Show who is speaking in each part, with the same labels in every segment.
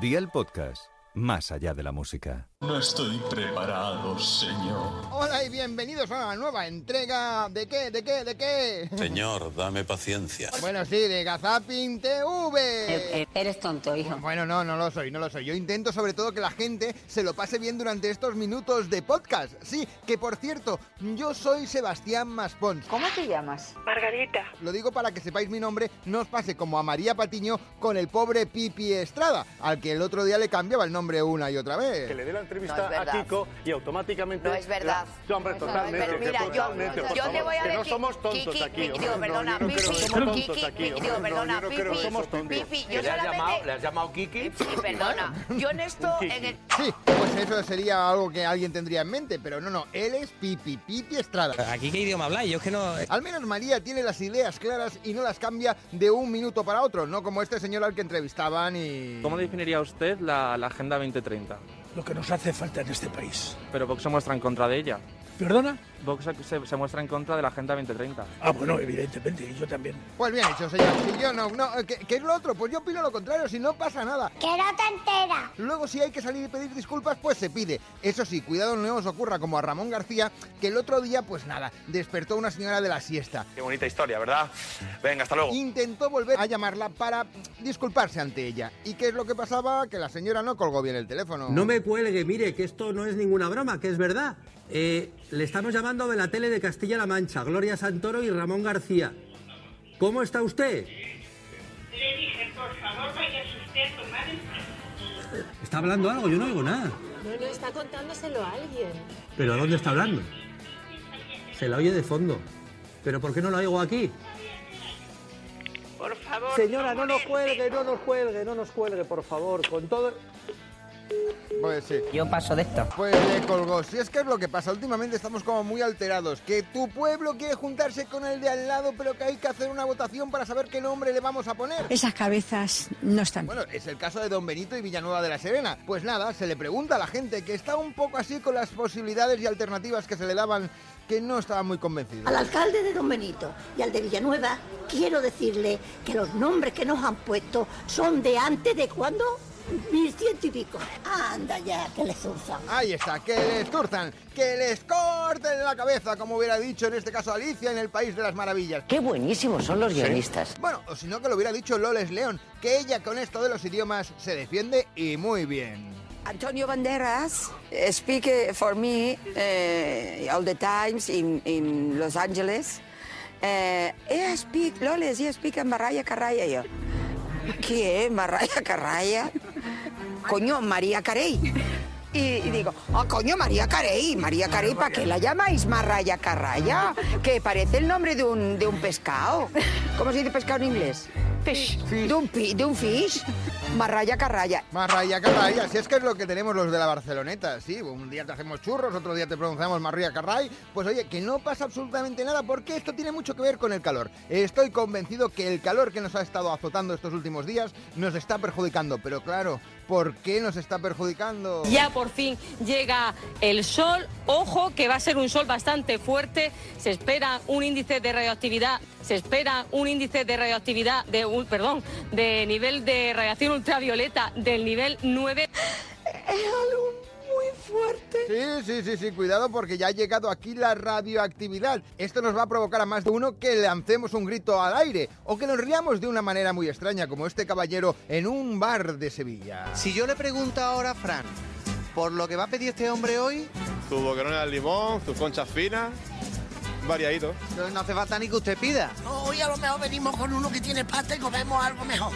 Speaker 1: Día el podcast, más allá de la música.
Speaker 2: No estoy preparado, señor.
Speaker 3: Hola y bienvenidos a una nueva entrega de qué, de qué, de qué.
Speaker 2: Señor, dame paciencia.
Speaker 3: Bueno, sí, de Gazapin TV.
Speaker 4: Eh, eh, eres tonto, hijo.
Speaker 3: Bueno, no, no lo soy, no lo soy. Yo intento sobre todo que la gente se lo pase bien durante estos minutos de podcast. Sí, que por cierto, yo soy Sebastián Maspons.
Speaker 4: ¿Cómo te llamas?
Speaker 5: Margarita,
Speaker 3: Lo digo para que sepáis mi nombre, no os pase como a María Patiño con el pobre Pipi Estrada, al que el otro día le cambiaba el nombre una y otra
Speaker 6: que
Speaker 3: vez.
Speaker 6: le dé la
Speaker 4: No
Speaker 6: entrevista
Speaker 4: es verdad.
Speaker 6: a Kiko y automáticamente...
Speaker 4: No es verdad.
Speaker 6: la- Sí, hombre,
Speaker 4: No es verdad.
Speaker 6: totalmente.
Speaker 4: Pero mira, yo-
Speaker 6: totalmente,
Speaker 4: yo-
Speaker 6: por
Speaker 4: yo
Speaker 6: favor,
Speaker 4: te voy a
Speaker 6: Que no
Speaker 4: decir,
Speaker 6: somos tontos
Speaker 4: Kiki,
Speaker 6: aquí,
Speaker 4: Pipi,
Speaker 6: hombre.
Speaker 4: digo,
Speaker 6: No,
Speaker 4: perdona,
Speaker 6: yo no creo que
Speaker 4: Pipi,
Speaker 6: somos
Speaker 4: Kiki,
Speaker 6: tontos aquí,
Speaker 4: Pipi,
Speaker 6: hombre.
Speaker 4: digo,
Speaker 6: No,
Speaker 4: perdona,
Speaker 6: yo no creo que
Speaker 4: Pipi,
Speaker 6: somos tontos.
Speaker 4: Pipi,
Speaker 7: ¿Que
Speaker 4: yo
Speaker 7: ¿Le has, llamado, ¿Le
Speaker 4: solamente...
Speaker 7: has llamado Kiki?
Speaker 4: Sí, perdona. Yo en esto, en el...
Speaker 3: Sí, pues eso sería algo que alguien tendría en mente, pero no, no, él es Pipi, Pipi Estrada.
Speaker 8: ¿Aquí qué idioma habláis? Yo es que no... eh.
Speaker 3: Al menos María tiene las ideas claras y no las cambia de un minuto para otro, no como este señor al que entrevistaban y...
Speaker 9: ¿Cómo definiría usted la, la Agenda 2030?
Speaker 10: lo que nos hace falta en este país.
Speaker 9: Pero Vox se muestra en contra de ella.
Speaker 10: ¿Perdona?
Speaker 9: Vox se, se muestra en contra de la Agenda 2030.
Speaker 10: Ah, bueno, evidentemente, y yo también.
Speaker 3: Pues bien hecho, señor. Si yo no... no ¿qué, qué es lo otro? Pues yo opino lo contrario, si no pasa nada.
Speaker 5: Que no te entera.
Speaker 3: Luego si hay que salir y pedir disculpas, pues se pide. Eso sí, cuidado no os ocurra como a Ramón García, que el otro día, pues nada, despertó una señora de la siesta.
Speaker 7: Qué bonita historia, ¿verdad? Venga, hasta luego.
Speaker 3: Intentó volver a llamarla para disculparse ante ella. ¿Y qué es lo que pasaba? Que la señora no colgó bien el teléfono.
Speaker 11: No me cuelgue, mire, que esto no es ninguna broma, que es verdad. Eh, le estamos llamando de la tele de Castilla-La Mancha, Gloria Santoro y Ramón García. ¿Cómo está usted?
Speaker 5: Le dije, por favor, vaya usted a tomar
Speaker 11: ¿Está hablando algo? Yo no oigo nada.
Speaker 5: No, no, está contándoselo a alguien.
Speaker 11: ¿Pero dónde está hablando? Se la oye de fondo. ¿Pero por qué no la oigo aquí?
Speaker 5: Por favor.
Speaker 11: no nos cuelgue, no nos cuelgue, por favor. Con todo...
Speaker 3: Pues sí.
Speaker 8: Yo paso de esto.
Speaker 3: Pues le colgó. Si es que es lo que pasa, últimamente estamos como muy alterados. Que tu pueblo quiere juntarse con el de al lado, pero que hay que hacer una votación para saber qué nombre le vamos a poner.
Speaker 12: Esas cabezas no están.
Speaker 3: Bueno, es el caso de Don Benito y Villanueva de la Serena. Pues nada, se le pregunta a la gente que está un poco así con las posibilidades y alternativas que se le daban, que no estaba muy convencido.
Speaker 12: Al alcalde de Don Benito y al de Villanueva quiero decirle que los nombres que nos han puesto son de antes de cuando mil ciento y pico. Anda ya, que les usan.
Speaker 3: Ahí está, que les turzan, que les corten la cabeza, como hubiera dicho en este caso Alicia en el País de las Maravillas.
Speaker 4: Qué buenísimos son los guionistas.
Speaker 3: Bueno, o si no que lo hubiera dicho Loles León, que ella con esto de los idiomas se defiende y muy bien.
Speaker 12: Antonio Banderas speak for me all the times in, Los Angeles. I speak Loles, I speak Marraya Carraya yo. ¿Qué es Marraya Carraya? Coño, María Carey. Y, y digo, ah, coño, María Carey, María Carey, ¿para qué la llamáis Marraya Carraya? Que parece el nombre de un, de un pescado. ¿Cómo se dice pescado en inglés? Fish. De un, pi- de un fish. Marraya Carraya.
Speaker 3: Marraya Carray, así es que es lo que tenemos los de la Barceloneta, sí, un día te hacemos churros, otro día te pronunciamos Marraya Carray, pues oye, que no pasa absolutamente nada porque esto tiene mucho que ver con el calor. Estoy convencido que el calor que nos ha estado azotando estos últimos días nos está perjudicando, pero claro, ¿por qué nos está perjudicando?
Speaker 12: Ya por fin llega el sol. Ojo que va a ser un sol bastante fuerte. Se espera un índice de radioactividad. Se espera un índice de radioactividad de un perdón de nivel de radiación ultravioleta del nivel 9.
Speaker 3: Sí, sí, sí, sí, cuidado porque ya ha llegado aquí la radioactividad. Esto nos va a provocar a más de uno que lancemos un grito al aire o que nos riamos de una manera muy extraña como este caballero en un bar de Sevilla.
Speaker 8: Si yo le pregunto ahora a Fran por lo que va a pedir este hombre hoy,
Speaker 6: Tu boquerón al limón, tus conchas finas, variadito.
Speaker 8: no hace falta ni que usted pida.
Speaker 12: Hoy a lo mejor venimos con uno que tiene pasta y comemos algo mejor.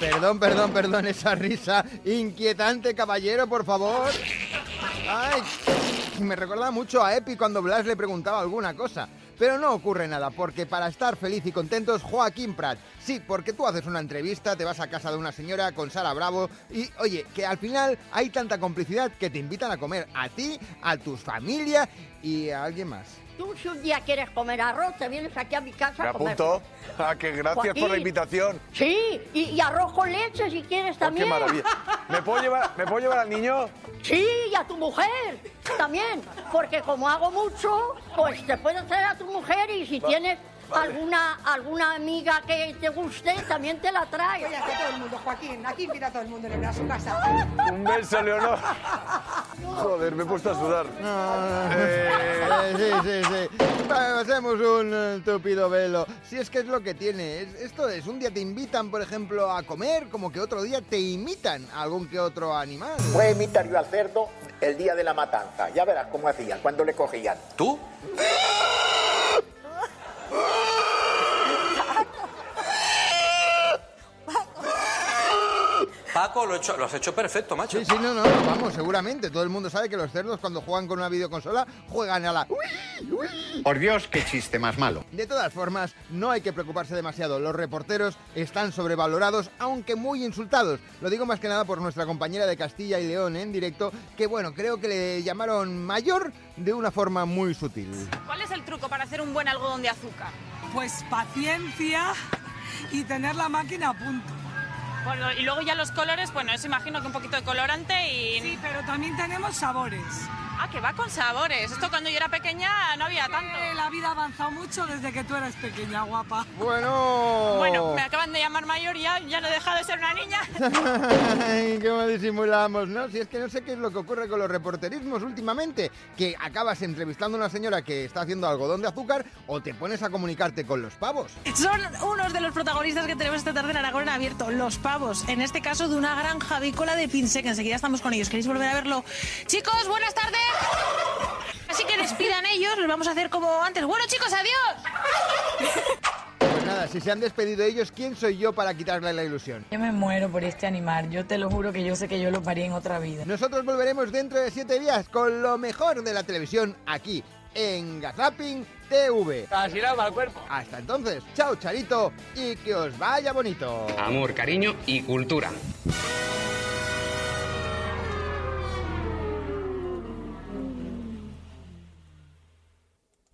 Speaker 3: Perdón, perdón, perdón, esa risa inquietante, caballero, por favor. Ay, me recuerda mucho a Epi cuando Blas le preguntaba alguna cosa. Pero no ocurre nada, porque para estar feliz y contentos, Joaquín Prat. Sí, porque tú haces una entrevista, te vas a casa de una señora con Sara Bravo y, oye, que al final hay tanta complicidad que te invitan a comer a ti, a tu familia y a alguien más.
Speaker 12: Tú si un día quieres comer arroz, te vienes aquí a mi casa
Speaker 7: Me
Speaker 12: a comer.
Speaker 7: apunto. Ah, que gracias por la
Speaker 12: Joaquín.
Speaker 7: invitación.
Speaker 12: Sí, y, y arroz con leche si quieres
Speaker 7: Oh, qué
Speaker 12: también.
Speaker 7: maravilla. ¿Me puedo, llevar, ¿Me puedo llevar al niño?
Speaker 12: Sí, y a tu mujer también, porque como hago mucho, pues te puedes traer a tu mujer y si tienes
Speaker 13: alguna, Ah, alguna amiga que te guste, también te la trae.
Speaker 14: Oye, está todo el mundo, Joaquín. Aquí mira todo el mundo en su casa.
Speaker 7: Un beso, Leonor. Joder, me he puesto a sudar.
Speaker 3: Eh, Ah, sí, sí, sí. Vale, Pasemos un eh, tupido velo. Si es que es lo que tiene. Es- esto es, un día te invitan, por ejemplo, a comer, como que otro día te imitan a algún que otro animal.
Speaker 15: Fue imitar yo al cerdo el día de la matanza. Ya verás cómo hacían, cuando le cogían. ¿Tú?
Speaker 16: Paco, lo, he hecho- lo has hecho perfecto, macho.
Speaker 3: Sí, sí, no, no, vamos, seguramente. Todo el mundo sabe que los cerdos cuando juegan con una videoconsola juegan a la...
Speaker 17: Por Dios, qué chiste más malo.
Speaker 3: De todas formas, no hay que preocuparse demasiado. Los reporteros están sobrevalorados, aunque muy insultados. Lo digo más que nada por nuestra compañera de Castilla y León en directo, que bueno, creo que le llamaron mayor de una forma muy sutil.
Speaker 18: ¿Cuál es el truco para hacer un buen algodón de azúcar? Pues paciencia y tener la máquina a punto. Bueno, y luego ya los colores, bueno, eso imagino que un poquito de colorante y... Sí, pero también tenemos sabores. Ah, que va con sabores. Esto cuando yo era pequeña no había tanto. La vida ha avanzado mucho desde que tú eras pequeña, guapa.
Speaker 3: Bueno.
Speaker 7: Oh.
Speaker 18: Bueno, me acaban de llamar mayor y ya, ya no he dejado de ser una niña.
Speaker 3: Ay, ¿Cómo disimulamos, no? Si es que no sé qué es lo que ocurre con los reporterismos últimamente, que acabas entrevistando a una señora que está haciendo algodón de azúcar o te pones a comunicarte con los pavos.
Speaker 18: Son unos de los protagonistas que tenemos esta tarde en Aragón en abierto, los pavos, en este caso de una granja avícola de Pinsé, que enseguida estamos con ellos. ¿Queréis volver a verlo? Chicos, buenas tardes. Así que despidan ellos, los vamos a hacer como antes. Bueno, chicos, adiós.
Speaker 3: Pues nada, si se han despedido ellos, ¿quién soy yo para quitarle la ilusión?
Speaker 18: Yo me muero por este animal, yo te lo juro que yo sé que yo lo parí en otra vida.
Speaker 3: Nosotros volveremos dentro de siete días con lo mejor de la televisión aquí, en Gazapin TV. Así lava el cuerpo. Hasta entonces, chao Charito y que os vaya bonito.
Speaker 17: Amor, cariño y cultura.